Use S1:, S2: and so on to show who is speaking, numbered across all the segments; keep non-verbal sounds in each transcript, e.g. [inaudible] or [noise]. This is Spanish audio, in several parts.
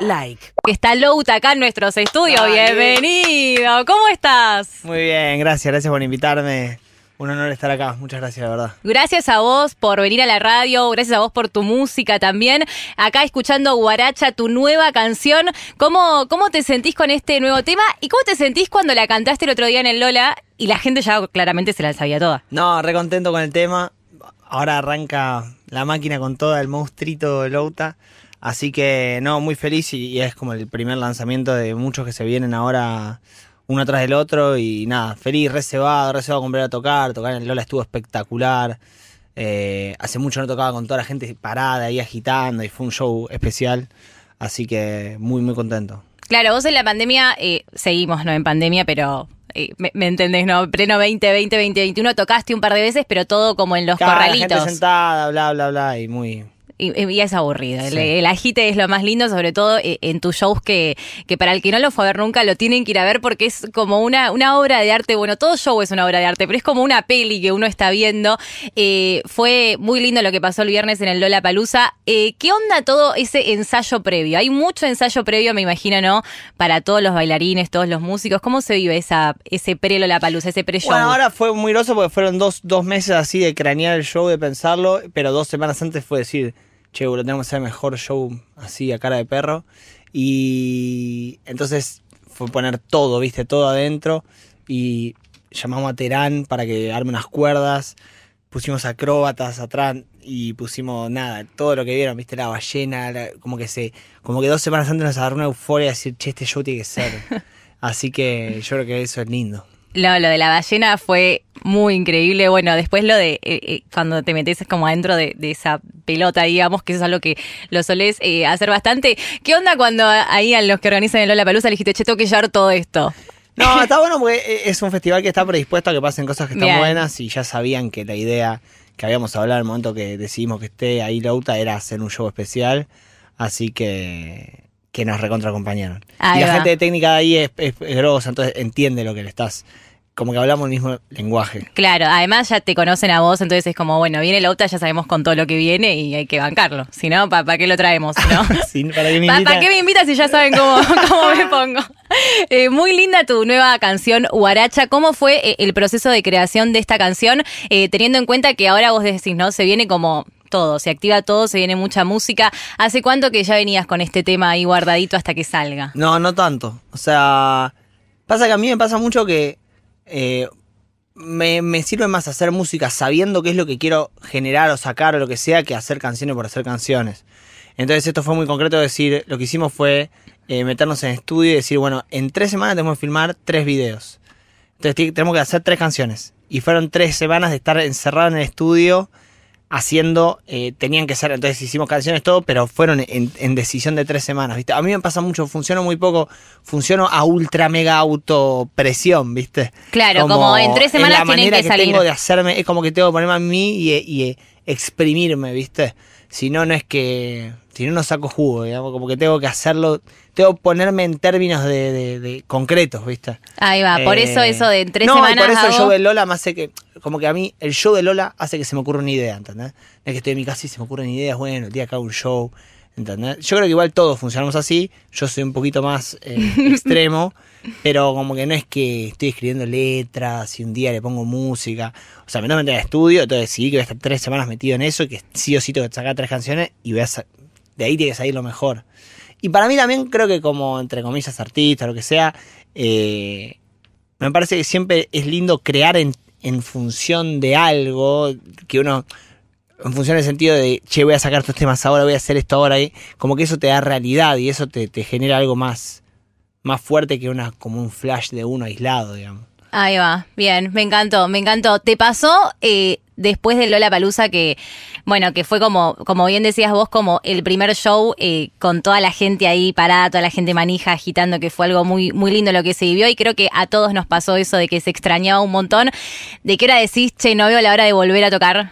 S1: like.
S2: Que está Louta acá en nuestros estudios. Bienvenido. ¿Cómo estás?
S3: Muy bien, gracias, gracias por invitarme. Un honor estar acá, muchas gracias, la verdad.
S2: Gracias a vos por venir a la radio, gracias a vos por tu música también. Acá escuchando Guaracha, tu nueva canción. ¿Cómo, ¿Cómo te sentís con este nuevo tema? ¿Y cómo te sentís cuando la cantaste el otro día en el Lola y la gente ya claramente se la sabía toda?
S3: No, re contento con el tema. Ahora arranca la máquina con toda el monstruito de Louta. Así que, no, muy feliz y, y es como el primer lanzamiento de muchos que se vienen ahora uno tras del otro y nada, feliz, recebado, recebado con volver a tocar, tocar en el Lola estuvo espectacular. Eh, hace mucho no tocaba con toda la gente parada ahí agitando y fue un show especial, así que muy muy contento.
S2: Claro, vos en la pandemia, eh, seguimos, ¿no? En pandemia, pero eh, me, me entendés, ¿no? Pleno 2020, 2021, tocaste un par de veces, pero todo como en los
S3: Claro, la gente
S2: corralitos.
S3: sentada, bla bla bla y muy
S2: Y, y es aburrido. El,
S3: Sí.
S2: el agite es lo más lindo, sobre todo eh, en tus shows que, que para el que no lo fue a ver nunca lo tienen que ir a ver porque es como una, una obra de arte. Bueno, todo show es una obra de arte, pero es como una peli que uno está viendo. Eh, fue muy lindo lo que pasó el viernes en el Lola Palusa. Eh, ¿Qué onda todo ese ensayo previo? Hay mucho ensayo previo, me imagino, ¿no? Para todos los bailarines, todos los músicos. ¿Cómo se vive esa, ese pre-Lola Palusa, ese pre-show?
S3: Bueno, ahora fue muy groso porque fueron dos, dos meses así de cranear el show, de pensarlo, pero dos semanas antes fue decir, che, boludo, tenemos que hacer el mejor show así a cara de perro. Y entonces fue poner todo, viste, todo adentro. Y llamamos a Terán para que arme unas cuerdas. Pusimos acróbatas atrás y pusimos nada, todo lo que vieron, viste, la ballena, la- como que se, como que dos semanas antes nos agarró una euforia de decir, che, este show tiene que ser. Así que yo creo que eso es lindo.
S2: No, lo de la ballena fue muy increíble. Bueno, después lo de eh, eh, cuando te metes como adentro de, de esa pelota, digamos, que eso es algo que lo solés eh, hacer bastante. ¿Qué onda cuando a- ahí a los que organizan el Lola Palusa le dijiste, che, tengo que llevar todo esto?
S3: No, está bueno porque eh, es un festival que está predispuesto a que pasen cosas que están
S2: Bien.
S3: buenas y ya sabían que la idea que habíamos hablado en el momento que decidimos que esté ahí Lauta era hacer un show especial, así que que nos recontra acompañaron.
S2: Ahí
S3: y la
S2: va.
S3: gente de técnica de ahí es, es, es grosa, entonces entiende lo que le estás. Como que hablamos el mismo lenguaje. [laughs]
S2: Claro, además ya te conocen a vos, entonces es como, bueno, viene la OTA, ya sabemos con todo lo que viene y hay que bancarlo. Si no, ¿para qué lo traemos? ¿no?
S3: Sí, ¿Para qué me
S2: ¿Para,
S3: invitan?
S2: qué me invitas si ya saben cómo, [laughs] cómo me pongo? Eh, muy linda tu nueva canción, Guaracha. ¿Cómo fue eh, el proceso de creación de esta canción? Eh, teniendo en cuenta que ahora vos decís, ¿no? Se viene como todo, se activa todo, se viene mucha música. ¿Hace cuánto que ya venías con este tema ahí guardadito hasta que salga?
S3: No, no tanto. O sea, pasa que a mí me pasa mucho que eh, me, me sirve más hacer música sabiendo qué es lo que quiero generar o sacar o lo que sea que hacer canciones por hacer canciones. Entonces esto fue muy concreto decir, lo que hicimos fue eh, meternos en estudio y decir, bueno, en tres semanas tenemos que filmar tres videos. Entonces ti- tenemos que hacer tres canciones. Y fueron tres semanas de estar encerrado en el estudio haciendo, eh, tenían que ser, entonces hicimos canciones todo, pero fueron en, en decisión de tres semanas, ¿viste? A mí me pasa mucho, funciono muy poco, funciono a ultra mega autopresión, ¿viste?
S2: Claro, como en tres semanas
S3: es la
S2: tienen
S3: manera
S2: que salir.
S3: tengo de hacerme, es como que tengo que ponerme a mí y, eh, y, eh, exprimirme, ¿viste? Si no, no es que, si no, no saco jugo, digamos, como que tengo que hacerlo, tengo que ponerme en términos de, de- de concretos, ¿viste?
S2: Ahí va, por
S3: Eh,
S2: eso eso de en tres
S3: no, y
S2: semanas.
S3: por eso
S2: a
S3: el
S2: vos-
S3: show de Lola me hace que. Como que a mí, el show de Lola hace que se me ocurra una idea, ¿entendés? No es que estoy en mi casa y se me ocurren ideas, bueno, el día que hago un show, ¿entendés? Yo creo que igual todos funcionamos así. Yo soy un poquito más
S2: [laughs]
S3: eh, extremo, pero como que no es que estoy escribiendo letras y un día le pongo música. O sea, me tengo que meter al estudio, entonces sí que voy a estar tres semanas metido en eso y que sí o sí tengo que sacar tres canciones y voy a sa- de ahí tiene que salir lo mejor. Y para mí también creo que como, entre comillas, artista, lo que sea, eh, me parece que siempre es lindo crear en, en función de algo, que uno, en función del sentido de, che, voy a sacar estos temas ahora, voy a hacer esto ahora, y como que eso te da realidad y eso te, te genera algo más, más fuerte que una, como un flash de uno aislado, digamos.
S2: Ahí va, bien, me encantó, me encantó. ¿Te pasó eh, después de Lola Palusa que, bueno, que fue como, como bien decías vos, como el primer show eh, con toda la gente ahí parada, toda la gente manija, agitando, que fue algo muy, muy lindo lo que se vivió y creo que a todos nos pasó eso de que se extrañaba un montón, de que era decís, che, no veo la hora de volver a tocar.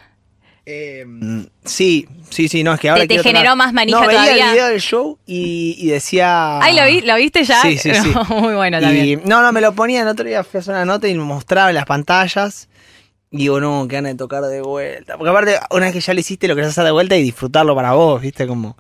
S3: Mm, Sí, sí, sí, no, es que ahora.
S2: te
S3: quiero tocar.
S2: generó más manija
S3: no, veía
S2: todavía?
S3: el video del show y, y decía.
S2: Ay, ¿lo, vi, ¿lo viste ya?
S3: Ah. Sí, sí, sí.
S2: [laughs] muy bueno
S3: Y-
S2: también.
S3: no, no, me lo ponía el otro día, fui a hacer una nota y me mostraba en las pantallas. Y digo, no, que van a tocar de vuelta. Porque aparte, una vez que ya lo hiciste, lo querés hacer de vuelta y disfrutarlo para vos, ¿viste? Como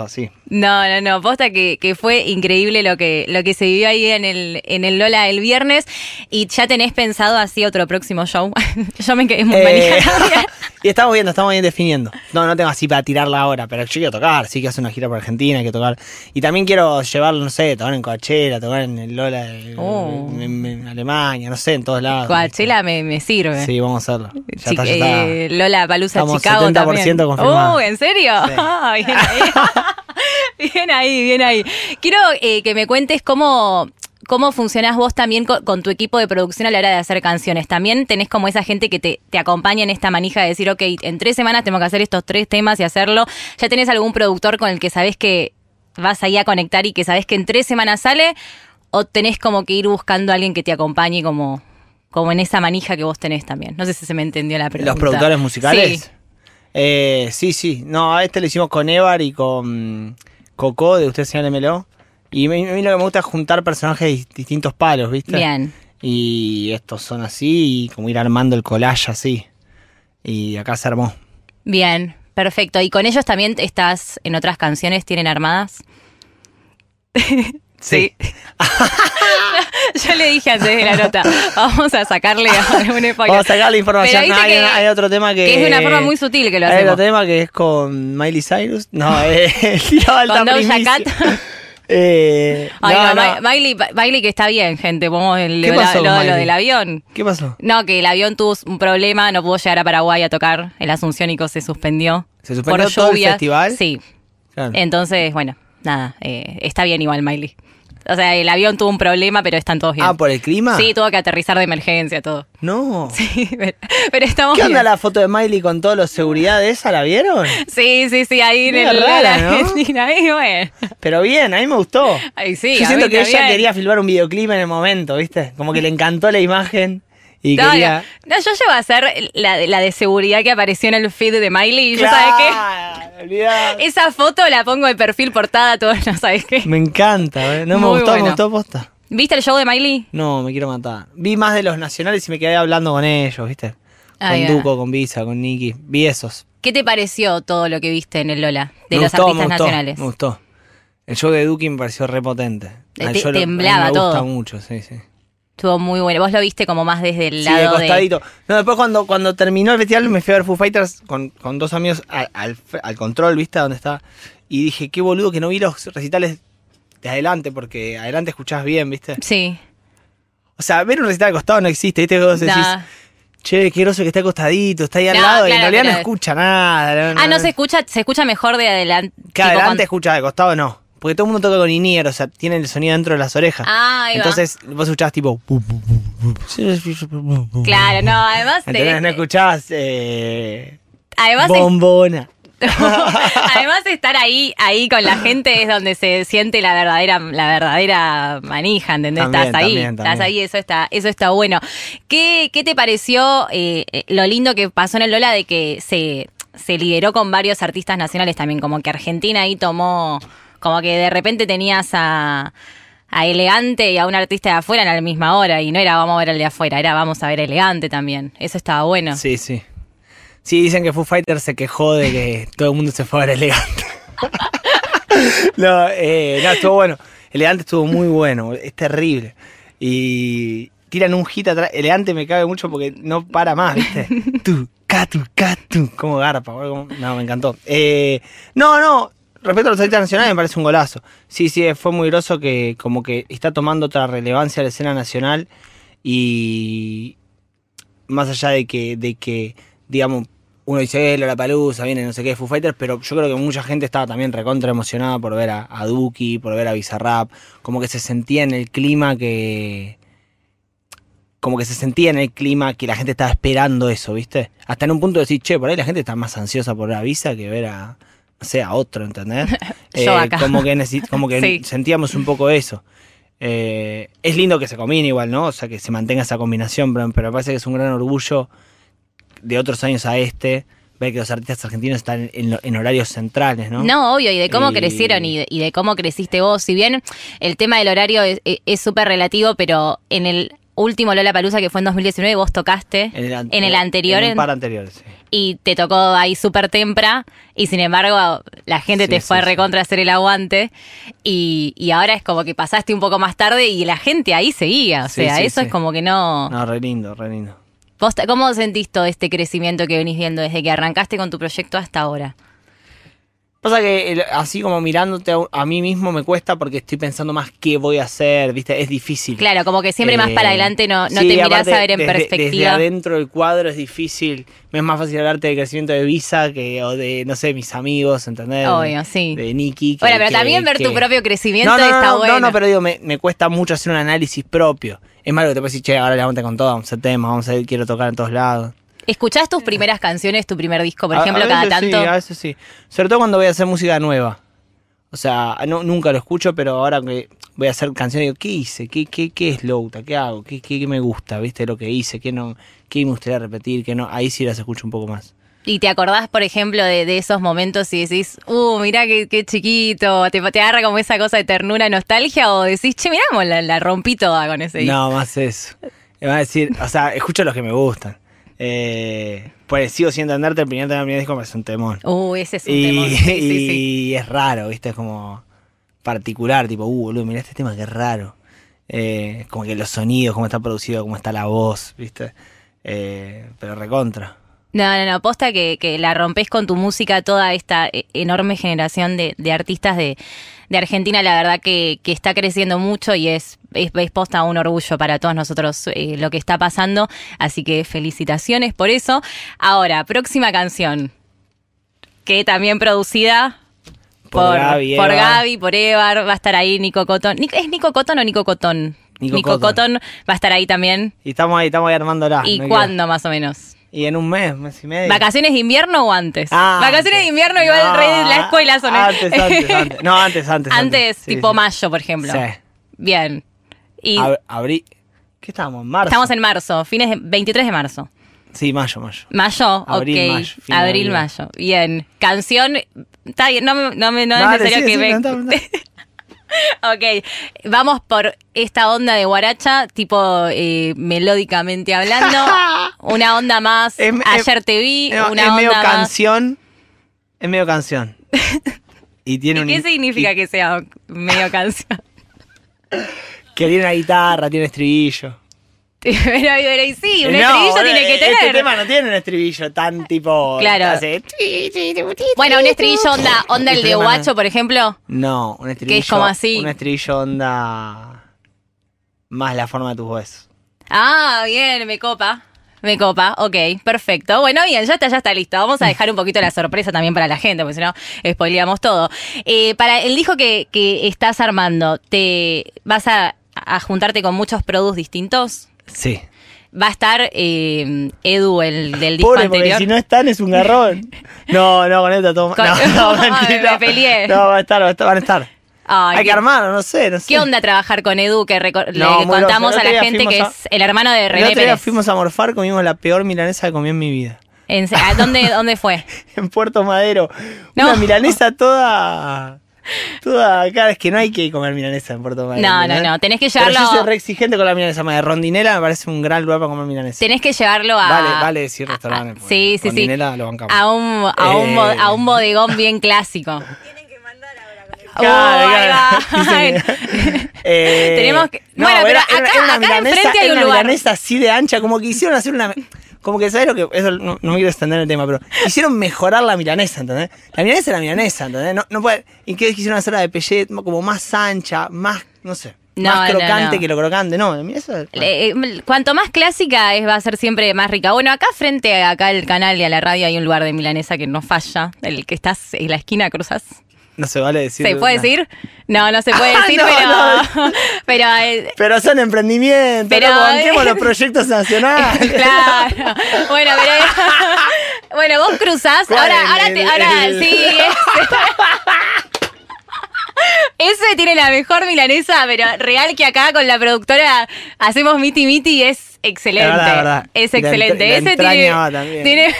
S2: [laughs]
S3: así.
S2: No, no, no, posta que, que fue increíble lo que, lo que se vivió ahí en el, en el Lola el viernes y ya tenés pensado así otro próximo show. [laughs] Yo me quedé muy
S3: Eh, [laughs]
S2: manija.
S3: y estamos viendo, estamos bien definiendo. No, no tengo así para tirarla ahora, pero yo quiero tocar, sí que hace una gira por Argentina, hay que tocar. Y también quiero llevarlo, no sé, tocar en Coachella, tocar en el Lola, en-
S2: Oh.
S3: en, en Alemania, no sé, en todos lados.
S2: Coachella me, me sirve.
S3: Ah, Sí, vamos a hacerlo. Ya
S2: Chi-
S3: está, ya está.
S2: eh, Lola Palusa
S3: Estamos
S2: Chicago
S3: 70%
S2: también.
S3: confirmada.
S2: Uh, ¿en serio? [laughs]
S3: Sí.
S2: Ah, bien ahí. [laughs] bien ahí, bien ahí. Quiero eh, que me cuentes cómo cómo funcionás vos también co- con, tu equipo de producción a la hora de hacer canciones. También tenés como esa gente que te, te acompaña en esta manija de decir, ok, en tres semanas tenemos que hacer estos tres temas y hacerlo. ¿Ya tenés algún productor con el que sabés que vas ahí a conectar y que sabés que en tres semanas sale? ¿O tenés como que ir buscando a alguien que te acompañe como, como en esa manija que vos tenés también? No sé si se me entendió la pregunta.
S3: ¿Los productores musicales?
S2: Sí.
S3: Eh, sí, sí. No, a este lo hicimos con Evar y con Coco de Usted Señálemelo. Y me- a mí lo que me gusta es juntar personajes de dis- distintos palos, ¿viste?
S2: Bien.
S3: Y estos son así, y como ir armando el collage así. Y acá se armó.
S2: Bien, perfecto. ¿Y con ellos también estás en otras canciones? ¿Tienen armadas? [laughs] Yo le dije antes de la nota, vamos a sacarle
S3: [laughs]
S2: un spoiler.
S3: Vamos a sacar la
S2: Pero
S3: información.
S2: viste
S3: hay,
S2: que-
S3: hay otro tema que.
S2: que es de una forma muy sutil que lo
S3: Hay
S2: hacemos.
S3: otro tema que es con Miley Cyrus.
S2: [laughs]
S3: No, eh, [laughs] tiraba alta
S2: Con Doja
S3: primicia.
S2: Cat.
S3: [laughs] Eh,
S2: Ay,
S3: no,
S2: no,
S3: no.
S2: Ma- Miley, Miley que está bien, gente. Vamos el-
S3: ¿Qué
S2: lo-
S3: pasó con
S2: lo, lo
S3: Miley?
S2: del avión.
S3: ¿Qué pasó?
S2: No, que el avión tuvo un problema, no pudo llegar a Paraguay a tocar. El Asunciónico se suspendió.
S3: ¿Se suspendió todo el
S2: lluvias.
S3: festival? Ah.
S2: Sí.
S3: Claro.
S2: Entonces, bueno, nada, eh, está bien igual Miley. O sea, el avión tuvo un problema, pero están todos bien.
S3: Ah, ¿por el clima?
S2: Sí, tuvo que aterrizar de emergencia, todo. [laughs]
S3: No.
S2: Sí, pero, pero estamos
S3: ¿Qué onda
S2: bien.
S3: la foto de Miley con todos los seguridad de esa? ¿La vieron?
S2: Sí, sí, sí, ahí en
S3: Medio
S2: el
S3: rara,
S2: la
S3: ¿no?
S2: Argentina, ahí, bueno.
S3: Pero bien, a mí me gustó.
S2: Ay, sí,
S3: Yo
S2: a
S3: siento
S2: mí
S3: que ella
S2: también.
S3: quería filmar un videoclip en el momento, ¿viste? Como que le encantó la imagen y
S2: No,
S3: quería.
S2: no, yo llevo a ser la, de- la de seguridad que apareció en el feed de Miley y yo, ¿sabes
S3: Claro, olvidá.
S2: qué? Esa foto la pongo de perfil portada, todos no sabes qué.
S3: Me encanta, ¿eh? No me
S2: Muy
S3: gustó,
S2: bueno.
S3: me gustó posta.
S2: ¿Viste el show de Miley?
S3: No, me quiero matar. Vi más de los nacionales y me quedé hablando con ellos, ¿viste?
S2: Ah,
S3: con
S2: ya.
S3: Duco, con Visa, con Nicky. Vi esos.
S2: ¿Qué te pareció todo lo que viste en el Lola de
S3: Me
S2: los
S3: gustó,
S2: artistas
S3: me gustó,
S2: nacionales?
S3: Me gustó. El show de Duki me pareció repotente.
S2: Te-
S3: Al show lo- a mí
S2: temblaba
S3: me gusta
S2: todo.
S3: mucho, sí, sí.
S2: Estuvo muy bueno. Vos lo viste como más desde el
S3: Sí, de
S2: lado de.
S3: costadito. No, después cuando, cuando terminó el festival me fui a ver Foo Fighters con, con dos amigos al, al fr- al control, ¿viste? Donde está. Y dije, qué boludo que no vi los recitales de adelante, porque adelante escuchás bien, ¿viste?
S2: Sí.
S3: O sea, ver un recital al costado no existe, ¿viste? Vos decís,
S2: Nah.
S3: che, qué groso que está acostadito, está ahí al
S2: No,
S3: lado, y en
S2: claro,
S3: realidad
S2: pero-
S3: no escucha nada.
S2: Ah, no se escucha, se escucha mejor de adelante.
S3: Que
S2: tipo
S3: adelante
S2: cuando-
S3: escucha, de costado no. Porque todo el mundo toca con inier, o sea, tiene el sonido dentro de las orejas.
S2: Ah, ahí va.
S3: Entonces, vos escuchás tipo.
S2: Claro, no, además. te-
S3: Entonces no escuchás eh,
S2: además, es-
S3: bombona.
S2: [laughs] además estar ahí, ahí con la gente es donde se siente la verdadera, la verdadera manija, ¿entendés?
S3: También,
S2: estás ahí,
S3: también,
S2: estás
S3: también.
S2: ahí, eso está, eso está bueno. ¿Qué, qué te pareció eh, eh, lo lindo que pasó en el Lola de que se, se lideró con varios artistas nacionales también? Como que Argentina ahí tomó, como que de repente tenías a a elegante y a un artista de afuera en la misma hora y no era vamos a ver el de afuera, era vamos a ver elegante también. Eso estaba bueno.
S3: Sí, sí. Sí, dicen que Foo Fighter se quejó de que todo el mundo se fue a ver elegante. [laughs] no, eh, no, estuvo bueno. Elegante estuvo muy bueno, es terrible. Y tiran un hit atrás. Elegante me cabe mucho porque no para más, ¿viste? Tu, catu, catu. Como garpa, boludo, como- No, me encantó. Eh, no, no. Respecto a los artistas nacionales, me parece un golazo. Sí, sí, fue muy groso que como que está tomando otra relevancia la escena nacional y, más allá de que, de que digamos, uno dice, eh, la Palusa, viene no sé qué, Foo Fighters, pero yo creo que mucha gente estaba también recontra emocionada por ver a, a Duki, por ver a Bizarrap, como que se sentía en el clima que... Como que se sentía en el clima que la gente estaba esperando eso, ¿viste? Hasta en un punto de decir, che, por ahí la gente está más ansiosa por ver a Visa que ver a, no sé, a otro, ¿entendés?
S2: [laughs]
S3: Eh,
S2: Yo acá.
S3: Como que, necesi- como
S2: [laughs]
S3: que
S2: Sí.
S3: sentíamos un poco eso. Eh, es lindo que se combine igual, ¿no? O sea, que se mantenga esa combinación, pero, pero me parece que es un gran orgullo de otros años a este ver que los artistas argentinos están en, lo- en horarios centrales, ¿no? Eh,
S2: No, obvio, y de cómo
S3: Y-
S2: crecieron y de, e, y de cómo creciste vos. Si bien el tema del horario es es- es súper relativo, pero en el último Lola Palusa que fue en 2019, vos tocaste en el,
S3: an-
S2: anterior
S3: En un
S2: en-
S3: par anterior, sí.
S2: y te tocó ahí súper tempra y sin embargo la gente
S3: Sí,
S2: te
S3: sí,
S2: fue
S3: sí.
S2: recontra a hacer el aguante y, y ahora es como que pasaste un poco más tarde y la gente ahí seguía, o
S3: Sí,
S2: sea,
S3: sí,
S2: eso
S3: sí.
S2: es como que no...
S3: No, re lindo, re lindo.
S2: ¿Vos te- ¿Cómo sentís todo este crecimiento que venís viendo desde que arrancaste con tu proyecto hasta ahora?
S3: Pasa que el- así como mirándote a, a mí mismo me cuesta porque estoy pensando más qué voy a hacer, ¿viste? Es difícil.
S2: Claro, como que siempre más
S3: Eh,
S2: para adelante no, no
S3: sí,
S2: te mirás
S3: aparte,
S2: a ver en
S3: desde- Desde
S2: perspectiva.
S3: adentro del cuadro es difícil. Me es más fácil hablarte de crecimiento de Visa que o de, no sé, mis amigos, ¿entendés?
S2: Obvio, sí.
S3: De Nicky. que-
S2: bueno, pero
S3: que-
S2: también ver
S3: que-
S2: tu propio crecimiento
S3: no, no, no,
S2: está
S3: no,
S2: bueno.
S3: No, no, pero digo, me, me cuesta mucho hacer un análisis propio. Es malo que te puedes decir, che, ahora levanta con todo, vamos a hacer temas, vamos a ir, quiero tocar en todos lados.
S2: ¿Escuchás tus primeras canciones, tu primer disco, por
S3: Ah, A- a
S2: ejemplo, cada
S3: veces
S2: tanto?
S3: Sí, a veces sí. Sobre todo cuando voy a hacer música nueva. O sea, no, nunca lo escucho, pero ahora que voy a hacer canciones, digo, ¿qué hice? ¿Qué, qué, qué es Louta? ¿Qué hago? ¿Qué, qué, qué me gusta? ¿Viste lo que hice? ¿Qué, no, ¿Qué me gustaría repetir? ¿Qué no? Ahí sí las escucho un poco más.
S2: ¿Y te acordás, por ejemplo, de, de esos momentos y decís, uh, mirá qué, qué chiquito, te, te agarra como esa cosa de ternura, nostalgia, o decís, che, mirá, mo, la, la rompí toda con ese disco?
S3: No, más eso. Me va a decir, o sea, escucho los que me gustan. Eh, pues sigo siendo andarte, el primer tema del primer disco me parece un temón.
S2: Uh, ese es un
S3: y,
S2: temón. [laughs] Sí, sí, sí.
S3: [laughs] y es raro, ¿viste? Es como particular, tipo, uh, boludo, mirá este tema, que raro. Eh, como que los sonidos, cómo está producido, cómo está la voz, ¿viste? Eh, pero recontra.
S2: No, no, no, posta que, que la rompes con tu música toda esta eh, enorme generación de, de artistas de, de Argentina, la verdad que, que está creciendo mucho y es, es, es posta un orgullo para todos nosotros eh, lo que está pasando, así que felicitaciones por eso. Ahora, próxima canción, que también producida por, por Gaby, por,
S3: Eva.
S2: Evar, va a estar ahí Nico Cotón. Nic- ¿Es Nico Cotón o Nico Cotón?
S3: Nico
S2: Cotón
S3: Cotón.
S2: va a estar ahí también.
S3: Y estamos ahí, estamos ahí armándola.
S2: ¿Y
S3: Ah, no hay que-
S2: cuándo más o menos?
S3: Y en un mes, mes y medio.
S2: ¿Vacaciones de invierno o antes?
S3: Ah,
S2: Vacaciones de
S3: antes.
S2: invierno iba el rey de la
S3: No,
S2: escuela son [laughs]
S3: Antes, antes, antes. No, antes, antes.
S2: Antes,
S3: Sí,
S2: tipo
S3: sí.
S2: mayo, por ejemplo.
S3: Sí.
S2: Bien. Y
S3: Ab- abrí. ¿Qué estábamos? ¿En marzo?
S2: estamos en marzo, fines de, 23 de marzo.
S3: Sí, mayo, mayo.
S2: Mayo,
S3: Abril,
S2: ok.
S3: mayo, fin de
S2: abril,
S3: abril.
S2: mayo. Bien. Canción. Está bien, no, me- no, me- no es
S3: Dale,
S2: necesario
S3: sí,
S2: que
S3: sí,
S2: me-
S3: preguntá, preguntá.
S2: [laughs] Ok, vamos por esta onda de guaracha, tipo eh, melódicamente hablando.
S3: [laughs]
S2: una onda más.
S3: Es- es-
S2: ayer te vi,
S3: No,
S2: una
S3: es
S2: onda
S3: medio
S2: más.
S3: canción. Es
S2: [laughs]
S3: medio canción. Y tiene
S2: ¿Y
S3: un-
S2: qué significa
S3: y-
S2: que sea medio canción?
S3: Que tiene una guitarra, tiene estribillo.
S2: [laughs] Pero, pero, y sí, un
S3: Eh, no,
S2: estribillo
S3: boludo,
S2: tiene que
S3: este
S2: tener.
S3: tema no tiene un estribillo tan tipo. eh,
S2: Claro.
S3: hace-
S2: Bueno, un estribillo onda, onda el
S3: Este
S2: de
S3: tema no.
S2: guacho, por ejemplo.
S3: No, un estribillo.
S2: como así.
S3: Un estribillo onda. Más la forma de tus huesos.
S2: Ah, bien, me copa. Me copa, ok, perfecto. Bueno, bien, ya está, ya está listo. Vamos a dejar un poquito la sorpresa también para la gente, porque si no, spoileamos todo. Eh, para el disco que, que estás armando, ¿te vas a, a juntarte con muchos produs distintos?
S3: Sí.
S2: ¿Va a estar eh, Edu, el del disco
S3: Pobre, porque
S2: anterior?
S3: si no están es
S2: [laughs]
S3: un garrón. No, no, con esto todo.
S2: Con-
S3: No,
S2: [laughs]
S3: no,
S2: Ay,
S3: mentira.
S2: me peleé.
S3: No, va a estar, va a estar- van a estar.
S2: Ay,
S3: Hay que
S2: qué-
S3: armar, no sé, no sé.
S2: ¿Qué onda trabajar con Edu? Que reco-
S3: No,
S2: le
S3: muy
S2: contamos
S3: grosso. El
S2: a la
S3: otro día
S2: gente que
S3: fuimos a-
S2: es el hermano de
S3: El
S2: René
S3: otro día
S2: Pérez.
S3: fuimos a morfar, comimos la peor milanesa que comí en mi vida. [laughs]
S2: En se- ¿a dónde, dónde fue?
S3: en Puerto Madero.
S2: No. [laughs]
S3: Una milanesa toda. Toda. Claro, es que no hay que comer milanesa en Puerto Madero.
S2: No, no,
S3: ¿eh?
S2: no, tenés que
S3: Pero
S2: llevarlo-
S3: yo soy re exigente con la milanesa. madre. Rondinela me parece un gran lugar para comer milanesa.
S2: Tenés que llevarlo a.
S3: Vale, vale decir
S2: a- a-
S3: restaurante. porque
S2: Sí, sí, sí.
S3: Rondinela lo bancamos.
S2: A un, a, un, bo-
S3: Eh.
S2: a un bodegón
S3: [laughs]
S2: bien clásico. Tienen que
S3: Claro,
S2: mandar ahora [laughs]
S3: claro. [laughs] Eh,
S2: Tenemos que- bueno, pero
S3: era- era-
S2: acá-
S3: era una
S2: acá
S3: milanesa-
S2: enfrente hay
S3: era
S2: un
S3: una
S2: lugar.
S3: milanesa así de ancha, como que hicieron hacer una. Como que, ¿sabes lo que.? Eso no, no me quiero extender el tema, pero hicieron mejorar la milanesa, ¿entendés? La milanesa era milanesa, ¿entendés? No, no puede. ¿Y qué quisieron hacer la de Pellet? Como más ancha, más. No sé.
S2: No,
S3: más
S2: no,
S3: crocante
S2: no.
S3: que lo crocante. No, la milanesa.
S2: Le- eh, cuanto más clásica es, va a ser siempre más rica. Bueno, acá frente a acá el canal y a la radio hay un lugar de milanesa que no falla, el que estás en la esquina cruzas.
S3: No se vale decir.
S2: ¿Se puede
S3: nada.
S2: decir? No, no se puede
S3: [laughs] Ah,
S2: decir,
S3: no,
S2: pero, [laughs] pero eh,
S3: Pero son emprendimientos,
S2: Pero-
S3: loco, banquemos
S2: [laughs]
S3: los proyectos nacionales.
S2: Claro. Bueno, pero. [laughs] Bueno, vos cruzás.
S3: ¿Cuál?
S2: Ahora, ahora, te-
S3: El-
S2: ahora
S3: el-
S2: sí, ese. [laughs] Ese tiene la mejor milanesa, pero real que acá con la productora hacemos miti miti y es excelente.
S3: La verdad, la verdad.
S2: Es
S3: La entra-
S2: excelente.
S3: la
S2: Ese tiene,
S3: entraña va también.
S2: tiene-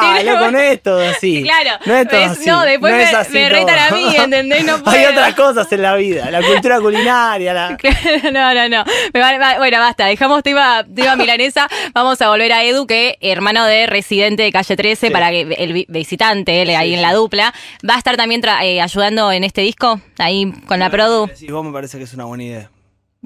S2: [laughs] tiene
S3: loco,
S2: un-
S3: no es todo así.
S2: Claro.
S3: No es todo
S2: Es-
S3: así.
S2: no, después
S3: es
S2: me-
S3: así
S2: me
S3: todo.
S2: retan a mí, ¿entendés? No
S3: [laughs] Hay
S2: puedo.
S3: otras cosas en la vida. La cultura culinaria, la...
S2: Claro, [laughs] no, no, no. Me va- va- bueno, basta. Dejamos tema,
S3: [laughs]
S2: tema milanesa. Vamos a volver a Edu, que hermano de residente de calle 13,
S3: Sí.
S2: para que el vi- visitante, él ahí
S3: Sí,
S2: en la dupla, va a estar también tra- eh, ayudando en este disco, ahí con la produ.
S3: Sí, vos me parece que es una buena idea.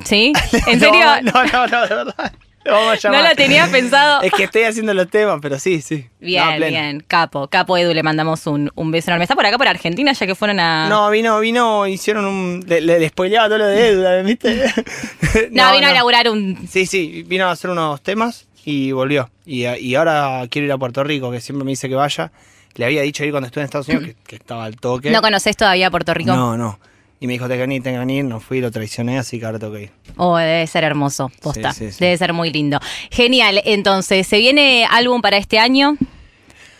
S2: ¿Sí? ¿En
S3: [laughs] No,
S2: serio?
S3: No, no, no, de verdad. Lo vamos a
S2: No
S3: llamar.
S2: lo tenía pensado.
S3: Es que estoy haciendo los temas, pero sí, sí.
S2: [laughs] Bien,
S3: No, pleno.
S2: bien. Capo, capo Edu, le mandamos un, un beso enorme. Está por acá, por Argentina, ya que fueron a.
S3: No, vino, vino, hicieron un. Le, le, le spoileaba todo lo de
S2: [laughs]
S3: Edu, ¿viste? [laughs]
S2: No, vino a laburar un.
S3: Sí, sí, vino a hacer unos temas y volvió. Y, y ahora quiero ir a Puerto Rico, que siempre me dice que vaya. Le había dicho ir cuando estuve en Estados Unidos, que, que estaba al toque.
S2: No conoces todavía Puerto Rico.
S3: No, no. Y me dijo, te que venir, tengo que venir. No fui, lo traicioné, así que ahora tengo que ir.
S2: Oh, debe ser hermoso, posta.
S3: Sí, sí, sí.
S2: Debe ser muy lindo. Genial, entonces, ¿se viene álbum para este año?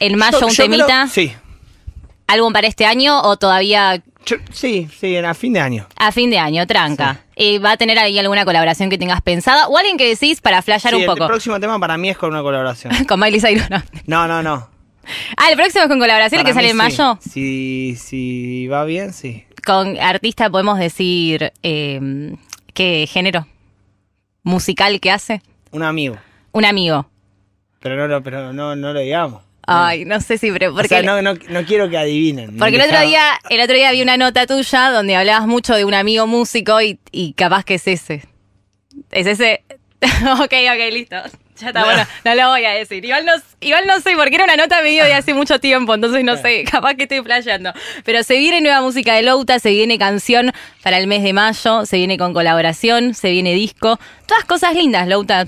S2: ¿En mayo
S3: Yo-
S2: un
S3: yo creo-
S2: temita?
S3: sí.
S2: ¿Álbum para este año o todavía
S3: Yo- sí, sí, en- a fin de año.
S2: a fin de año? Tranca. Eh, ¿Va a tener ahí alguna colaboración que tengas pensada? ¿O alguien que decís para flashear
S3: Sí,
S2: un
S3: el
S2: poco?
S3: próximo tema para mí es con una colaboración.
S2: [laughs] con Miley Cyrus, no.
S3: No, no, no.
S2: Ah, el próximo es con colaboración, el que
S3: Para
S2: sale
S3: mí
S2: en
S3: sí.
S2: mayo.
S3: Si, si va bien, sí.
S2: Con artista podemos decir eh, qué género musical que hace.
S3: Un amigo.
S2: Un amigo.
S3: Pero no lo, pero no, no lo digamos.
S2: Ay, no sé si, pero
S3: Porque
S2: porque...
S3: o sea, no, no, no quiero que adivinen.
S2: Porque el otro
S3: Dejá-
S2: día, el otro día vi una nota tuya donde hablabas mucho de un amigo músico y, y capaz que es ese. Es ese. [laughs] ok, ok, listo. Ya está, bueno, no lo voy a decir. Igual no, igual no sé, porque era una nota medio de hace mucho tiempo, entonces no sé, [laughs] capaz que estoy flasheando. Pero se viene nueva música de Louta, se viene canción para el mes de mayo, se viene con colaboración, se viene disco. Todas cosas lindas, Louta.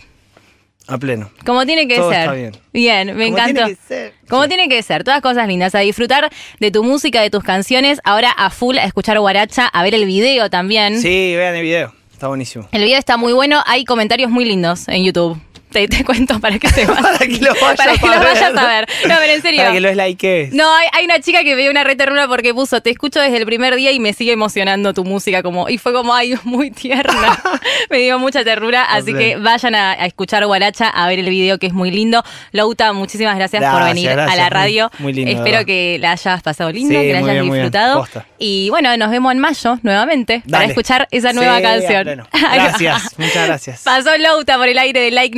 S3: A pleno.
S2: Como tiene que
S3: Todo
S2: ser.
S3: está bien.
S2: me
S3: Como
S2: encantó.
S3: tiene que ser.
S2: Como
S3: Sí.
S2: tiene que ser, todas cosas lindas. A disfrutar de tu música, de tus canciones. Ahora a full, a escuchar Guaracha, a ver el video también.
S3: Sí, vean el video. Está buenísimo.
S2: El video está muy bueno, hay comentarios muy lindos en YouTube. Te, te cuento para
S3: [laughs]
S2: que sepas.
S3: Para que lo vayas
S2: Para que
S3: a
S2: lo
S3: ver.
S2: vayas a ver. No, pero en serio.
S3: Para que lo es like
S2: No, hay, hay una chica que me dio una reternura porque puso, te escucho desde el primer día y me sigue emocionando tu música como, y fue como, ay, [laughs] muy tierna. [laughs] me dio mucha ternura, así
S3: Ok.
S2: que vayan a, a escuchar Guaracha, a ver el video que es muy lindo. Louta, muchísimas gracias, por
S3: Gracias,
S2: venir a
S3: gracias,
S2: la
S3: muy-
S2: radio.
S3: muy lindo, de
S2: Espero
S3: verdad.
S2: que la hayas pasado lindo,
S3: Sí,
S2: que la
S3: muy
S2: hayas
S3: bien, muy bien,
S2: disfrutado.
S3: posta.
S2: Y bueno, nos vemos en mayo nuevamente para
S3: Dale.
S2: escuchar esa nueva
S3: Sí, a
S2: [laughs] canción.
S3: pleno. Gracias, muchas gracias.
S2: Pasó Louta por el aire de Like